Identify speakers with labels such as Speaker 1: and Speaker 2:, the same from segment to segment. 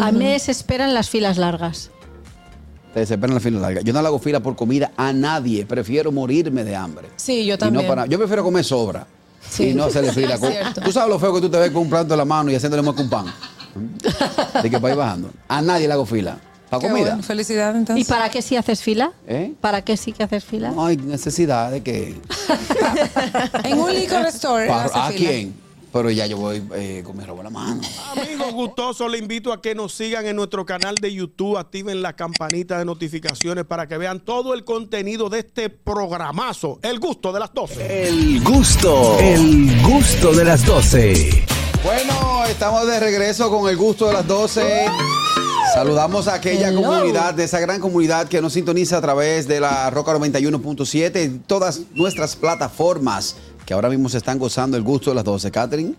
Speaker 1: A mí me desesperan las filas largas.
Speaker 2: Te desesperan las filas largas. Yo no le hago fila por comida a nadie. Prefiero morirme de hambre.
Speaker 3: Sí, yo
Speaker 2: Y no
Speaker 3: también.
Speaker 2: para- yo prefiero comer sobra.
Speaker 3: Sí.
Speaker 2: Y no hacerle fila.
Speaker 3: Es
Speaker 2: con-
Speaker 3: cierto.
Speaker 2: tú sabes lo feo que tú te ves con un plato en la mano y haciéndole más que un pan. De que para ir bajando. A nadie le hago fila. Para
Speaker 3: Qué
Speaker 2: comida.
Speaker 3: bueno, Felicidad entonces.
Speaker 1: ¿Y para qué sí haces fila?
Speaker 2: ¿Eh?
Speaker 1: ¿Para qué sí que haces fila?
Speaker 2: No hay necesidad de que.
Speaker 3: En un liquor store.
Speaker 2: Pa-
Speaker 3: hace
Speaker 2: ¿A
Speaker 3: fila.
Speaker 2: quién? Pero ya yo voy eh, con mi robo en la mano.
Speaker 4: Amigos gustosos, le invito a que nos sigan en nuestro canal de YouTube, activen la campanita de notificaciones para que vean todo el contenido de este programazo, El Gusto de las 12.
Speaker 5: El gusto, el gusto de las 12.
Speaker 2: Bueno, estamos de regreso con el gusto de las 12. Saludamos a aquella
Speaker 1: Hello.
Speaker 2: comunidad, de esa gran comunidad que nos sintoniza a través de la Roca 91.7 y todas nuestras plataformas que ahora mismo se están gozando el gusto de las 12. Catherine,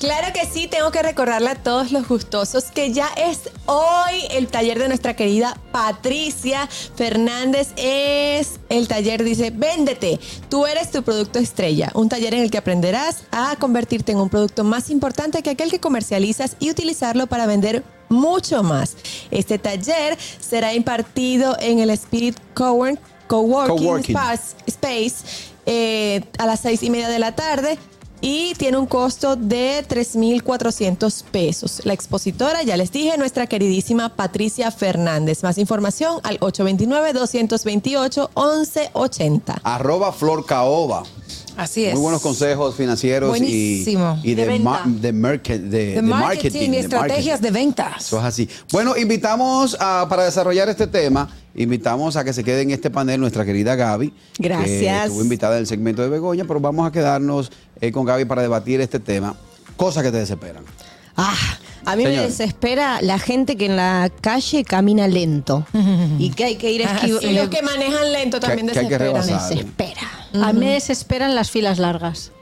Speaker 6: Claro que sí, tengo que recordarle a todos los gustosos que ya es hoy el taller de nuestra querida Patricia Fernández. Es el taller, dice, véndete, tú eres tu producto estrella. Un taller en el que aprenderás a convertirte en un producto más importante que aquel que comercializas y utilizarlo para vender mucho más. Este taller será impartido en el Spirit Cowork- Coworking,
Speaker 2: Coworking.
Speaker 6: Spa- Space eh, a las seis y media de la tarde y tiene un costo de 3.400 pesos. La expositora, ya les dije, nuestra queridísima Patricia Fernández. Más información al 829-228-1180.
Speaker 2: arroba Flor Caoba.
Speaker 3: Así es.
Speaker 2: Muy buenos consejos financieros y,
Speaker 3: Buenísimo.
Speaker 2: y de,
Speaker 1: De
Speaker 2: ma-
Speaker 1: venta.
Speaker 2: de merca- de-
Speaker 3: De,
Speaker 2: de
Speaker 3: marketing, y
Speaker 2: de
Speaker 3: estrategias
Speaker 2: marketing.
Speaker 3: de ventas.
Speaker 2: Eso es así. Bueno, invitamos a, para desarrollar este tema, invitamos a que se quede en este panel nuestra querida Gaby.
Speaker 6: Gracias.
Speaker 2: Que estuvo invitada en el segmento de Begoña, pero vamos a quedarnos eh, con Gaby para debatir este tema. Cosas que te desesperan.
Speaker 7: Ah, a mí me
Speaker 2: Señores.
Speaker 7: desespera la gente que en la calle camina lento y que hay que ir
Speaker 6: Ah,
Speaker 7: esquivando.
Speaker 6: y los que manejan lento
Speaker 2: Que-
Speaker 6: también
Speaker 2: que hay que
Speaker 6: desesperan.
Speaker 2: rebasar. saben.
Speaker 7: desespera.
Speaker 1: A mí me desesperan las filas largas.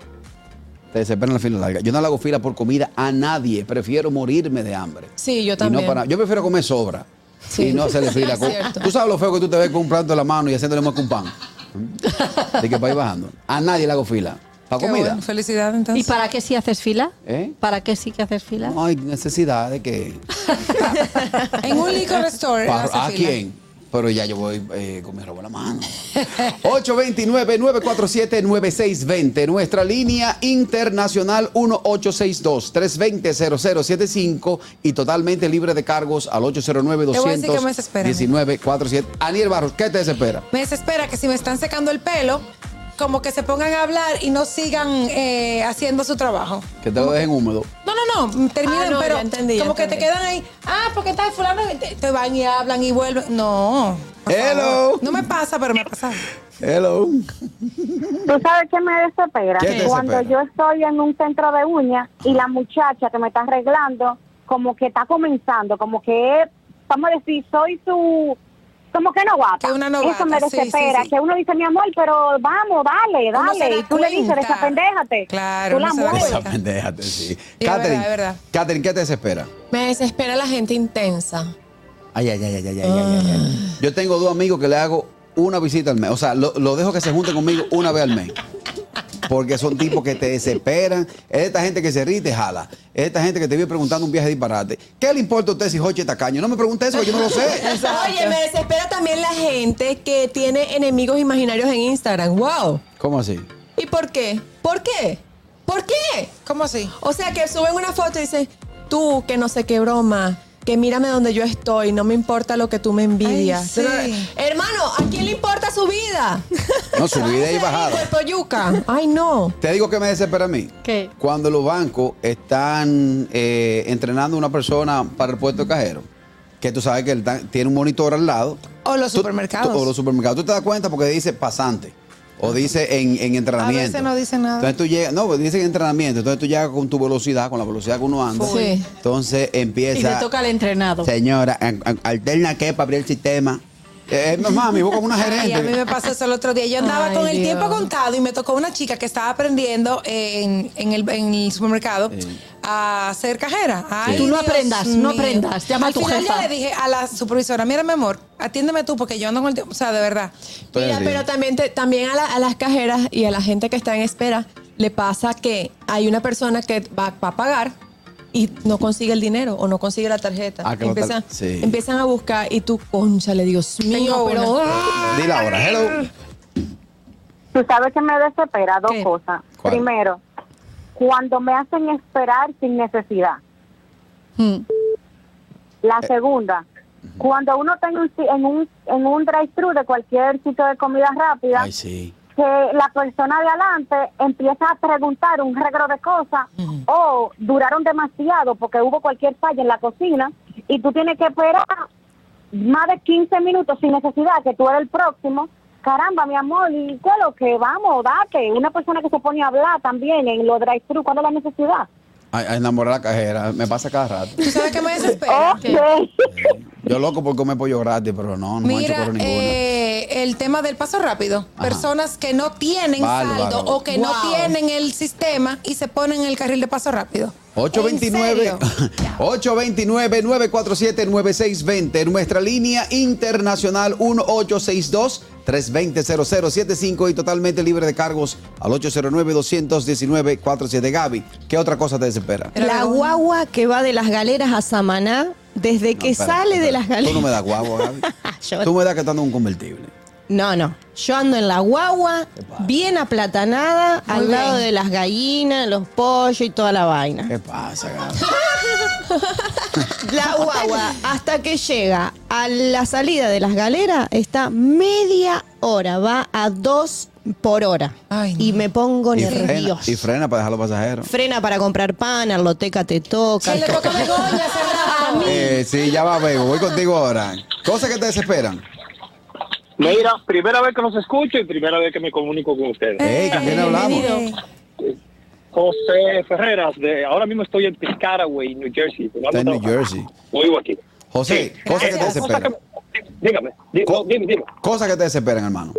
Speaker 2: Te desesperan las filas largas. Yo no le hago fila por comida a nadie. Prefiero morirme de hambre.
Speaker 6: Sí, yo
Speaker 2: Y no
Speaker 6: también.
Speaker 2: para- yo prefiero comer sobra. Y no hacerle fila.
Speaker 6: es
Speaker 2: con-
Speaker 6: cierto.
Speaker 2: tú sabes lo feo que tú te ves con un plato en la mano y haciéndole más que un pan. De que para ir bajando. A nadie le hago fila. Para
Speaker 3: Qué
Speaker 2: comida.
Speaker 3: bueno, Felicidad entonces.
Speaker 1: ¿Y para qué sí haces fila?
Speaker 2: ¿Eh?
Speaker 1: ¿Para qué sí que haces fila?
Speaker 2: No hay necesidad de que.
Speaker 3: En un liquor store.
Speaker 2: Pa-
Speaker 3: hace
Speaker 2: ¿A
Speaker 3: fila.
Speaker 2: quién? Pero ya yo voy eh, con mi robo en la mano. 829-947-9620. Nuestra línea internacional 1862-320-0075 y totalmente libre de cargos al
Speaker 3: voy a decir que me desespera,
Speaker 2: 809-219-47. Aniel Barros, ¿qué te desespera?
Speaker 3: Me desespera que si me están secando el pelo, como que se pongan a hablar y no sigan eh, haciendo su trabajo.
Speaker 2: Que te lo dejen húmedo.
Speaker 3: No, no, no, terminan,
Speaker 6: Ah, no,
Speaker 3: pero
Speaker 6: ya entendí, ya
Speaker 3: como que te
Speaker 6: entendí.
Speaker 3: quedan ahí. Ah, porque tal fulano, te, te van y hablan y vuelven. No. por favor.
Speaker 2: Hello.
Speaker 3: No me pasa, pero me pasa.
Speaker 2: Hello.
Speaker 8: ¿Tú sabes qué me desespera?
Speaker 2: ¿Qué te
Speaker 8: Cuando
Speaker 2: desespera?
Speaker 8: yo estoy en un centro de uñas y la muchacha que me está arreglando, como que está comenzando, como que, vamos a decir, soy su... Como que novata.
Speaker 3: Que una novata,
Speaker 8: Eso me
Speaker 3: sí, sí,
Speaker 8: desespera.
Speaker 3: sí.
Speaker 8: Que uno dice, mi amor, pero vamos, dale,
Speaker 3: Uno se
Speaker 8: dale.
Speaker 3: da
Speaker 8: Y tú le dices,
Speaker 3: cuenta.
Speaker 8: desapendéjate.
Speaker 3: Claro,
Speaker 8: Tú la
Speaker 3: uno se da
Speaker 8: mueves.
Speaker 3: cuenta.
Speaker 2: Esa pendejate, sí.
Speaker 3: es
Speaker 2: Catherine,
Speaker 3: verdad, es verdad.
Speaker 2: Catherine, ¿qué te desespera?
Speaker 6: Me desespera la gente intensa.
Speaker 2: Ay, ay, ay, ay, ay, ay, ay, ay, ay. Yo tengo dos amigos que le hago una visita al mes. O sea, lo, lo dejo que se junten conmigo una vez al mes. Porque son tipos que te desesperan. Es esta gente que se ríe y te jala. Es esta gente que te vive preguntando un viaje de disparate. ¿Qué le importa a usted si Joche está caño? No me pregunte eso, porque yo no lo sé.
Speaker 6: Oye, me desespera también la gente que tiene enemigos imaginarios en Instagram. ¡Wow!
Speaker 2: ¿Cómo así?
Speaker 6: ¿Y por qué? ¿Por qué? ¿Por qué?
Speaker 3: ¿Cómo así?
Speaker 6: O sea, que suben una foto y dicen, tú, que no sé qué broma, que mírame donde yo estoy, no me importa lo que tú me envidias.
Speaker 3: Ay, sí.
Speaker 6: Pero, Hermano, ¿a quién le importa su vida?
Speaker 2: No, subida y bajada.
Speaker 6: Puerto Yuca. Ay, no.
Speaker 2: Te digo que me desespera a mí.
Speaker 1: ¿Qué?
Speaker 2: Cuando los bancos están eh, entrenando a una persona para el puesto de cajero, que tú sabes que él ta- tiene un monitor al lado.
Speaker 3: O los
Speaker 2: Tú-
Speaker 3: supermercados.
Speaker 2: tú- o los supermercados. Tú te das cuenta porque dice pasante. O dice en, en entrenamiento.
Speaker 3: A veces no dice nada.
Speaker 2: Entonces tú llegas, no, pues dice en entrenamiento. Entonces tú llegas con tu velocidad, con la velocidad que uno anda.
Speaker 6: Full. Sí.
Speaker 2: Entonces
Speaker 1: Y
Speaker 2: empieza.
Speaker 1: le toca al entrenado.
Speaker 2: Señora, an- an- alterna que para abrir el sistema. Eh, eh, mami, vos como una
Speaker 3: Ay, a mí
Speaker 2: gerente.
Speaker 3: me pasó eso el otro día. Yo andaba
Speaker 6: Ay,
Speaker 3: con el
Speaker 6: Dios.
Speaker 3: tiempo contado y me tocó una chica que estaba aprendiendo en, en el, en el supermercado a ser cajera. Ay,
Speaker 1: Tú no
Speaker 3: Dios
Speaker 1: aprendas, no
Speaker 3: mío.
Speaker 1: aprendas. Llama a
Speaker 3: Al
Speaker 1: tu
Speaker 3: final
Speaker 1: jefa.
Speaker 3: yo le dije a la supervisora, mira mi amor, atiéndeme tú porque yo ando con el tiempo. O sea, de verdad.
Speaker 2: Estoy
Speaker 6: Mira,
Speaker 2: así.
Speaker 6: pero también, te- también a, la- a las cajeras y a la gente que está en espera le pasa que hay una persona que va, va a pagar y no consigue el dinero o no consigue la tarjeta.
Speaker 2: Ah, que lo
Speaker 6: empiezan,
Speaker 2: tar- sí.
Speaker 6: empiezan a buscar y tú, concha, le Dios mío.
Speaker 1: Tengo, pero.
Speaker 6: una".
Speaker 1: ¡ah!
Speaker 2: Dile ahora, hello.
Speaker 8: Tú sabes que me desespera dos
Speaker 1: ¿Qué?
Speaker 8: cosas.
Speaker 2: ¿Cuál?
Speaker 8: Primero, cuando me hacen esperar sin necesidad.
Speaker 1: Mm.
Speaker 8: La
Speaker 2: Eh.
Speaker 8: segunda, cuando uno está en un, si- en un, en un drive-thru de cualquier sitio de comida rápida,
Speaker 2: Ay, sí.
Speaker 8: que la persona de adelante empieza a preguntar un regro de cosas o duraron demasiado porque hubo cualquier falla en la cocina y tú tienes que esperar más de 15 minutos sin necesidad que tú eres el próximo. Caramba, mi amor, ¿y qué es lo que? Vamos, date. Una persona que se pone a hablar también en los drive-thru, ¿cuál es la necesidad?
Speaker 2: A, a enamorar a la cajera. Me pasa cada rato.
Speaker 3: ¿Tú sabes qué me
Speaker 1: Oh.
Speaker 3: desespera?
Speaker 8: Ok.
Speaker 2: Yo loco por comer pollo gratis, pero no, no me han
Speaker 3: Mira,
Speaker 2: por ninguna.
Speaker 3: eh, el tema del paso rápido.
Speaker 2: Ajá.
Speaker 3: Personas que no tienen
Speaker 2: Bárbaro.
Speaker 3: saldo o que no
Speaker 6: Wow.
Speaker 3: tienen el sistema y se ponen en el carril de paso rápido. ¿En
Speaker 2: 829
Speaker 3: serio?
Speaker 2: 829 947 9620 nuestra línea internacional 1862 320 0075 y totalmente libre de cargos al 809 219 47 Gaby, ¿qué otra cosa te desespera?
Speaker 3: Era
Speaker 7: La
Speaker 3: Begoña.
Speaker 7: guagua que va de las galeras a Samaná, desde que
Speaker 2: espera,
Speaker 7: sale de
Speaker 2: espera.
Speaker 7: las galeras.
Speaker 2: Tú no me das guagua, Gaby.
Speaker 7: Yo-
Speaker 2: Tú me das que estás en un convertible.
Speaker 7: No, no. Yo ando en la guagua, bien aplatanada,
Speaker 3: Muy
Speaker 7: al lado
Speaker 3: bien.
Speaker 7: de las gallinas, los pollos y toda la vaina.
Speaker 2: ¿Qué pasa, Gaby?
Speaker 7: La guagua, hasta que llega a la salida de las galeras, está media hora, va a dos por hora.
Speaker 3: Ay,
Speaker 7: Y
Speaker 3: no.
Speaker 7: me pongo
Speaker 2: Y frena,
Speaker 7: nerviosa.
Speaker 2: y frena para dejar los pasajeros.
Speaker 7: Frena para comprar pan, Arloteca te toca.
Speaker 3: Que le toca a Begoña hace rato.
Speaker 2: Eh, sí, ya va, Bebo, voy contigo ahora. Cosas que te desesperan.
Speaker 9: Mira, primera vez que los escucho y primera vez que me comunico con
Speaker 10: Eh,
Speaker 9: ustedes.
Speaker 2: Ey, ¿con quién hablamos?
Speaker 3: Bienvenido.
Speaker 9: José Ferreras, de, ahora mismo estoy en Piscataway, New Jersey.
Speaker 2: Está en New Jersey.
Speaker 9: Oigo aquí.
Speaker 2: José,
Speaker 9: Sí.
Speaker 2: cosas que te
Speaker 9: Cosa
Speaker 2: desesperan.
Speaker 9: que- dígame, di-
Speaker 2: Co-
Speaker 9: no, dime, dime.
Speaker 2: Cosas que te desesperan, hermano.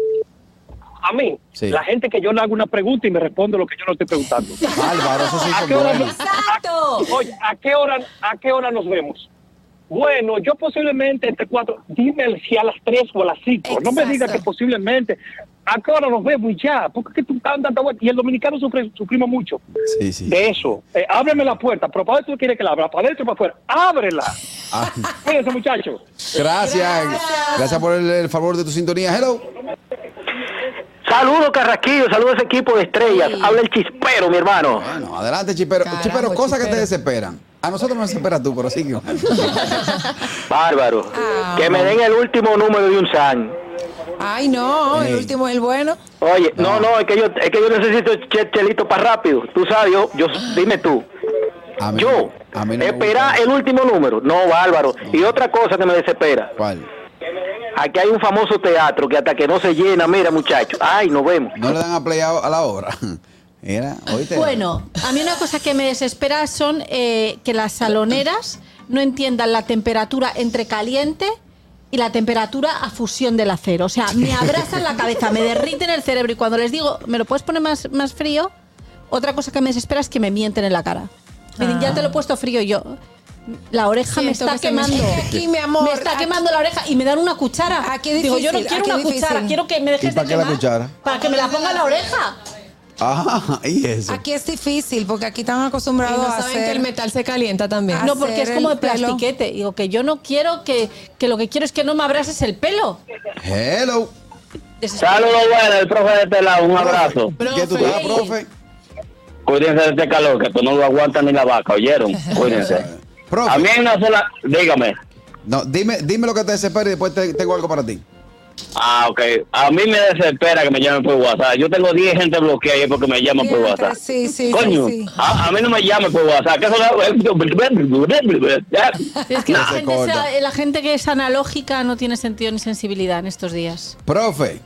Speaker 9: A mí,
Speaker 2: Sí.
Speaker 9: la gente que yo le hago una pregunta y me responde lo que yo no estoy preguntando.
Speaker 2: Álvaro, eso sí
Speaker 9: ¿A
Speaker 2: son
Speaker 9: qué hora
Speaker 2: buenos.
Speaker 9: nos- Oye, ¿a qué hora, a qué hora nos vemos? Bueno, yo posiblemente entre cuatro, dime el- si a las tres o a las cinco. No me
Speaker 3: Exacto.
Speaker 9: digas que posiblemente. ¿A qué hora nos vemos y ya? Porque que tú estás dando vueltas. Y el dominicano sufre, sufrimos mucho
Speaker 2: Sí, sí.
Speaker 9: de eso. Eh, ábreme la puerta, pero para dónde tú quieres que la abra, para adentro o para afuera. Ábrela.
Speaker 2: Ah,
Speaker 9: Cuídense, muchachos.
Speaker 2: gracias. Gracias por el, el favor de tu sintonía. Hello.
Speaker 11: Saludos Carrasquillo, saludos a ese equipo de estrellas. Habla el chispero, mi hermano.
Speaker 9: Ah.
Speaker 2: Bueno, adelante, Chipero.
Speaker 3: Carajo,
Speaker 2: chipero, cosas que te
Speaker 3: Chipero.
Speaker 2: desesperan. A nosotros nos desesperas tú, pero sí que.
Speaker 11: Bárbaro.
Speaker 3: Ah.
Speaker 11: Que me den el último número de un SAN.
Speaker 3: Ay, no,
Speaker 2: Ey.
Speaker 3: el último es el bueno.
Speaker 11: Oye,
Speaker 2: Ah.
Speaker 11: no, no, es que yo, es que yo necesito che- chelito para rápido. Tú sabes, yo, yo dime tú.
Speaker 2: Ah. A mí-
Speaker 11: Yo,
Speaker 2: a mí no me
Speaker 11: espera
Speaker 2: gusta.
Speaker 11: el último número. No, bárbaro. Y otra cosa que me desespera.
Speaker 2: ¿Cuál?
Speaker 11: Aquí hay un famoso teatro que hasta que no se llena, mira, muchacho. Ay, nos vemos.
Speaker 2: No le dan a play a, a la obra. Era, oíste.
Speaker 1: Bueno, a mí una cosa que me desespera son eh, que las saloneras no entiendan la temperatura entre caliente y la temperatura a fusión del acero. O sea, me abrasan la cabeza, me derriten el cerebro y cuando les digo, ¿me lo puedes poner más, más frío? Otra cosa que me desespera es que me mienten en la cara. Me dicen, ya te lo he puesto frío y yo. La oreja Ah, me
Speaker 3: Ah. Siento
Speaker 1: está
Speaker 3: que se me-
Speaker 1: quemando.
Speaker 3: Aquí, mi amor,
Speaker 1: Me está
Speaker 3: aquí.
Speaker 1: quemando la oreja y me dan una cuchara.
Speaker 3: Aquí
Speaker 1: digo, yo no
Speaker 3: difícil,
Speaker 1: quiero
Speaker 3: aquí
Speaker 1: una
Speaker 3: difícil.
Speaker 1: cuchara, quiero que me dejes
Speaker 2: ¿Y para
Speaker 1: de
Speaker 2: qué la
Speaker 1: quemar
Speaker 2: cuchara?
Speaker 1: Para que me la ponga en la oreja.
Speaker 2: Ah, y eso.
Speaker 3: Aquí es difícil porque aquí están
Speaker 6: Y
Speaker 3: acostumbrados
Speaker 6: no
Speaker 3: a
Speaker 6: saben que
Speaker 3: hacer-
Speaker 6: el metal se calienta también.
Speaker 3: Ah,
Speaker 1: No, porque es
Speaker 3: hacer
Speaker 1: como de
Speaker 3: el pelo.
Speaker 1: plastiquete. Digo que yo no quiero que, que lo que quiero es que no me abrases el pelo.
Speaker 2: Hello.
Speaker 1: Desesperado.
Speaker 11: Saludos, bueno, el profe de este lado. Un
Speaker 2: ¿Qué tú
Speaker 1: Profe.
Speaker 2: estás, profe?
Speaker 11: Cuídense de este calor, que tú no lo aguantas ni la vaca, ¿oyeron? Cuídense.
Speaker 2: Profe.
Speaker 11: A mí hay una sola... Dígame.
Speaker 2: No, dime, dime lo que te desespera y después te- tengo algo para ti.
Speaker 11: Ah, ok. A mí me desespera que me llamen por WhatsApp. Yo tengo 10 gente bloqueada y es porque me llaman por
Speaker 3: Diantre,
Speaker 11: WhatsApp.
Speaker 3: sí, sí, sí,
Speaker 11: Coño,
Speaker 3: sí.
Speaker 11: A, a mí no me llamen por WhatsApp. ¿Qué son
Speaker 1: Es que la,
Speaker 2: No. Se
Speaker 1: gente
Speaker 2: corta.
Speaker 1: sea- la gente que es analógica no tiene sentido ni sensibilidad en estos días.
Speaker 2: Profe,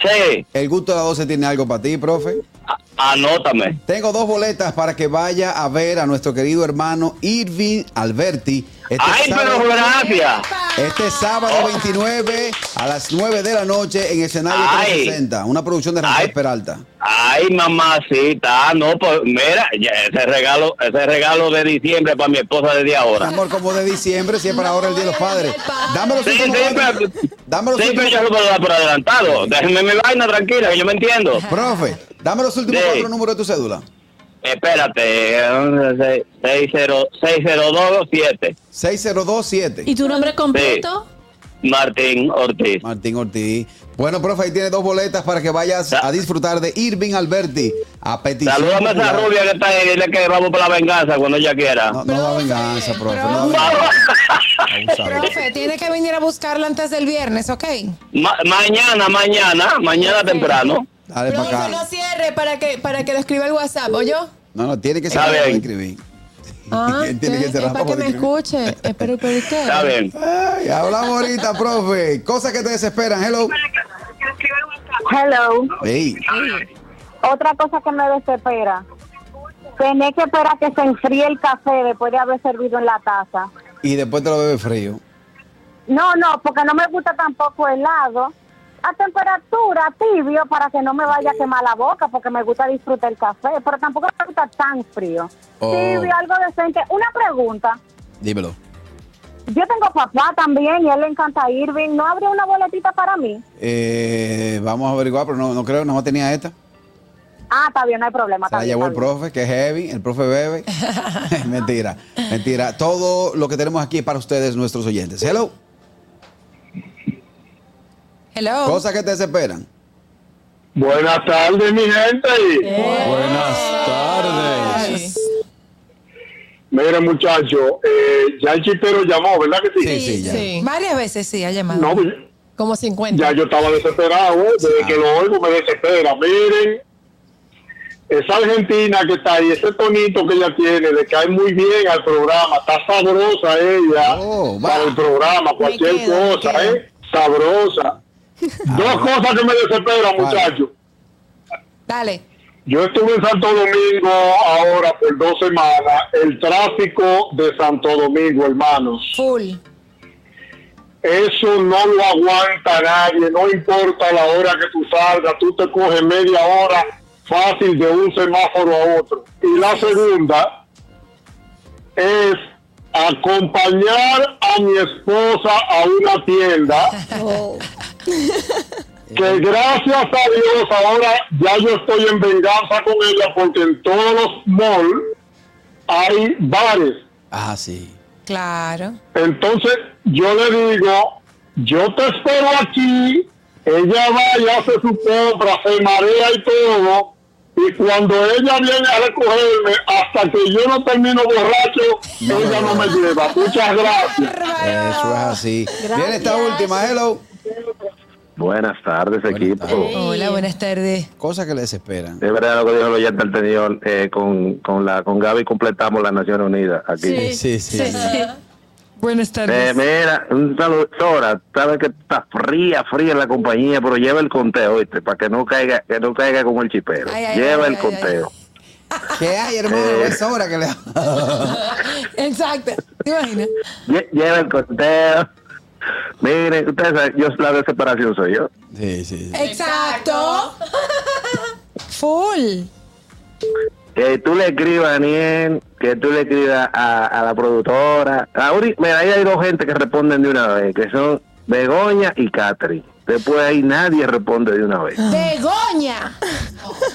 Speaker 11: Sí,
Speaker 2: el gusto de la 12 tiene algo para ti, profe.
Speaker 11: a- anótame.
Speaker 2: Tengo dos boletas para que vaya a ver a nuestro querido hermano Irving Alberti. Este
Speaker 11: Ay, pero gracias.
Speaker 2: este sábado 29 a las 9 de la noche en escenario
Speaker 11: Ay.
Speaker 2: 360, una producción de Rafael
Speaker 11: Ay.
Speaker 2: Peralta.
Speaker 11: Ay, mamacita, ah, no, pues mira, ya, ese regalo, ese regalo de diciembre para mi esposa desde
Speaker 2: Mi
Speaker 11: ahora.
Speaker 2: amor, como de diciembre, siempre ahora el Día de los Padres. Dame los
Speaker 11: Sí, sí,
Speaker 2: últimos cuatro-
Speaker 11: pero,
Speaker 2: dame los
Speaker 11: sí, pero
Speaker 2: últimos-
Speaker 11: yo lo puedo dar por adelantado. Déjenme mi vaina tranquila, que yo me entiendo.
Speaker 2: Profe, dame los últimos
Speaker 11: Sí.
Speaker 2: cuatro números de tu cédula.
Speaker 11: Eh,
Speaker 12: Espérate, 11, 6, 0, 60227.
Speaker 2: 6027.
Speaker 1: ¿Y tu nombre completo?
Speaker 12: Martín Ortiz.
Speaker 2: Martín Ortiz. Bueno, profe, ahí tiene dos boletas para que vayas a disfrutar de Irving Alberti. A petición.
Speaker 12: Saludame a esa
Speaker 2: popular.
Speaker 12: rubia que está ahí, dile que vamos por la venganza cuando ella quiera.
Speaker 2: No, no da venganza, profe. No da venganza. Abusado.
Speaker 3: Profe, tiene que venir a buscarla antes del viernes, ¿ok?
Speaker 12: Ma- mañana, mañana, mañana temprano.
Speaker 2: Dale para
Speaker 6: Profe,
Speaker 2: acá.
Speaker 6: no cierre para que, para que lo escriba el WhatsApp, ¿o yo?
Speaker 2: No, no, tiene que
Speaker 12: Está
Speaker 2: cerrar para
Speaker 12: bien.
Speaker 2: escribir.
Speaker 6: Ah,
Speaker 2: Tiene que
Speaker 6: es
Speaker 2: cerrar
Speaker 6: para que
Speaker 2: para
Speaker 6: me
Speaker 2: escribir.
Speaker 6: escuche. Eh, pero, pero, ¿qué?
Speaker 12: Está bien.
Speaker 2: Ay, hablamos ahorita, profe. Cosas que te desesperan. Hello.
Speaker 8: Hello.
Speaker 2: Ey,
Speaker 8: Otra cosa que me desespera. Tener que esperar que se enfríe el café después de haber servido en la taza.
Speaker 2: y después te lo bebes frío.
Speaker 8: No, no, porque no me gusta tampoco helado. A temperatura tibio para que no me vaya a quemar la boca porque me gusta disfrutar el café, pero tampoco me gusta tan frío.
Speaker 2: Oh.
Speaker 8: Tibio, algo decente. Una pregunta.
Speaker 2: Dímelo.
Speaker 8: Yo tengo papá también y a él le encanta Irving. ¿No habría una boletita para mí?
Speaker 2: Eh, vamos a averiguar, pero no, no creo, no tenía esta.
Speaker 8: Ah, está bien, no hay problema.
Speaker 2: Se
Speaker 8: está
Speaker 2: la
Speaker 8: bien,
Speaker 2: llevó el
Speaker 8: está bien.
Speaker 2: profe, que es heavy, el profe bebe. mentira, mentira. Todo lo que tenemos aquí es para ustedes, nuestros oyentes. Hello,
Speaker 3: Hello.
Speaker 2: cosas que te desesperan.
Speaker 10: Buenas tardes, mi gente.
Speaker 2: Buenas tardes.
Speaker 10: Mire, muchacho, eh, ya el chipero llamó, ¿verdad que sí?
Speaker 2: Sí, sí, ya.
Speaker 6: Sí.
Speaker 3: Varias veces sí ha llamado.
Speaker 10: No, pues,
Speaker 6: Como 50.
Speaker 10: ya yo estaba desesperado, ¿eh? desde que lo oigo me desespera. Miren, esa argentina que está ahí, ese tonito que ella tiene, le cae muy bien al programa, está sabrosa ella
Speaker 2: Oh, va.
Speaker 10: para el programa, cualquier
Speaker 6: quedo, me
Speaker 10: cosa,
Speaker 6: quedo.
Speaker 10: ¿eh? Sabrosa. Dos cosas que me desesperan,
Speaker 2: Vale.
Speaker 10: muchachos.
Speaker 3: Dale.
Speaker 10: Yo estuve en Santo Domingo ahora por dos semanas. El tráfico de Santo Domingo, hermanos,
Speaker 3: Full.
Speaker 10: eso no lo aguanta nadie. No importa la hora que tú salgas, tú te coges media hora fácil de un semáforo a otro. Y la segunda es acompañar a mi esposa a una tienda que gracias a Dios ahora ya yo estoy en venganza con ella porque en todos los malls hay bares.
Speaker 2: Ah, sí.
Speaker 3: Claro.
Speaker 10: Entonces yo le digo, yo te espero aquí, ella va y hace su compra, se marea y todo, y cuando ella viene a recogerme, hasta que yo no termino borracho, ella no me lleva. Muchas gracias.
Speaker 2: Eso es así. Viene esta última, hello.
Speaker 12: Buenas tardes, equipo.
Speaker 2: tardes.
Speaker 3: Hola, buenas tardes.
Speaker 2: Cosas que le desesperan.
Speaker 12: Es verdad lo que dijo el oyente anterior, eh, con, con, la, con Gaby completamos las Naciones Unidas aquí.
Speaker 2: Sí, sí, sí.
Speaker 3: Buenas
Speaker 12: Eh, mira, un saludo, Sora, sabes que está fría, fría la compañía, pero lleva el conteo, ¿oíste? Para que no caiga, que no caiga con el chipero.
Speaker 3: Ay, ay,
Speaker 12: lleva
Speaker 3: ay,
Speaker 12: el
Speaker 3: ay,
Speaker 12: conteo.
Speaker 2: ¿Qué hay, hermano? Es hora que le.
Speaker 3: Exacto. ¿Te imaginas?
Speaker 12: Lle- Lleva el conteo. Miren, ustedes saben, yo la desesperación soy yo.
Speaker 2: Sí, sí. sí.
Speaker 3: Exacto. Full.
Speaker 12: Que tú le escribas a Niel, que tú le escribas a, a la productora. Ahorita, mira, ahí hay dos gente que responden de una vez, que son Begoña y Catherine. Después ahí nadie responde de una vez.
Speaker 3: Begoña.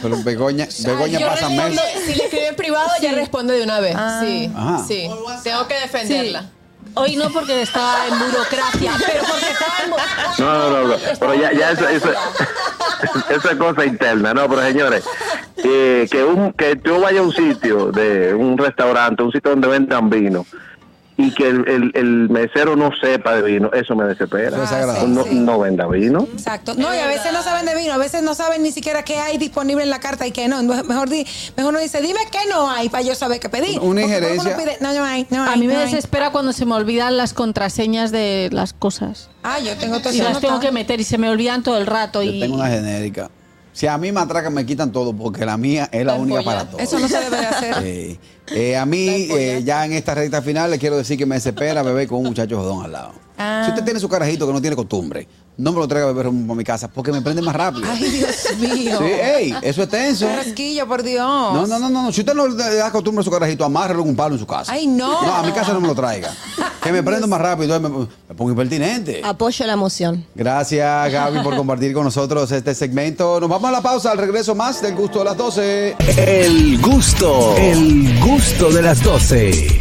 Speaker 2: Pero Begoña, Begoña
Speaker 6: Yo
Speaker 2: pasa
Speaker 6: respondo,
Speaker 2: meses.
Speaker 6: si le escribe en privado, ya responde de una vez. Sí,
Speaker 2: Ajá.
Speaker 6: sí. Tengo que defenderla.
Speaker 1: Hoy no porque estaba en burocracia, pero porque estaba en bu-
Speaker 12: No, no, no, no. pero ya, ya eso, eso, eso es cosa interna, no, pero señores, eh, que un que tú vayas a un sitio, de un restaurante, un sitio donde vendan vino, y que el, el, el mesero no sepa de vino, eso me desespera.
Speaker 2: Eso es Ah, desagradable.
Speaker 12: no, no venda vino.
Speaker 3: Exacto. No, y a veces no saben de vino, a veces no saben ni siquiera qué hay disponible en la carta y qué no. Mejor, di- mejor no dice, dime qué no hay para yo saber qué pedir.
Speaker 2: Una
Speaker 3: Porque todo el mundo
Speaker 2: injerencia.
Speaker 3: pide, No, no hay, no hay.
Speaker 1: A mí me
Speaker 3: no hay".
Speaker 1: desespera cuando se me olvidan las contraseñas de las cosas.
Speaker 3: Ah, yo tengo todo
Speaker 1: Y
Speaker 3: eso
Speaker 1: las Pues tengo
Speaker 3: anotado.
Speaker 1: que meter y se me olvidan todo el rato.
Speaker 2: Yo
Speaker 1: y
Speaker 2: tengo una genérica. Si a mí me atracan, me quitan todo, porque la mía es la única para todos.
Speaker 3: Eso no se debe de hacer.
Speaker 2: Sí. Eh, a mí, eh, ya en esta recta
Speaker 3: Ah.
Speaker 2: final, le quiero decir que me desespera beber con un muchacho jodón al lado. Si usted tiene su carajito que no tiene costumbre, no me lo traiga a beber rumbo para mi casa porque me prende más rápido.
Speaker 3: Ay, Dios mío.
Speaker 2: Sí, ey, eso es tenso.
Speaker 3: Rasquillo, por Dios.
Speaker 2: No, no, no, no. no. Si usted no le da costumbre a su carajito, amárrelo con un palo en su casa.
Speaker 3: Ay, no.
Speaker 2: No, a mi casa no me lo traiga. Que me prendo más rápido, me, me pongo impertinente.
Speaker 3: Ah.
Speaker 7: Apoyo la moción.
Speaker 2: Gracias, Gaby, por compartir con nosotros este segmento. Nos vamos a la pausa, al regreso más del gusto de las 12.
Speaker 5: El gusto, el gusto de las 12.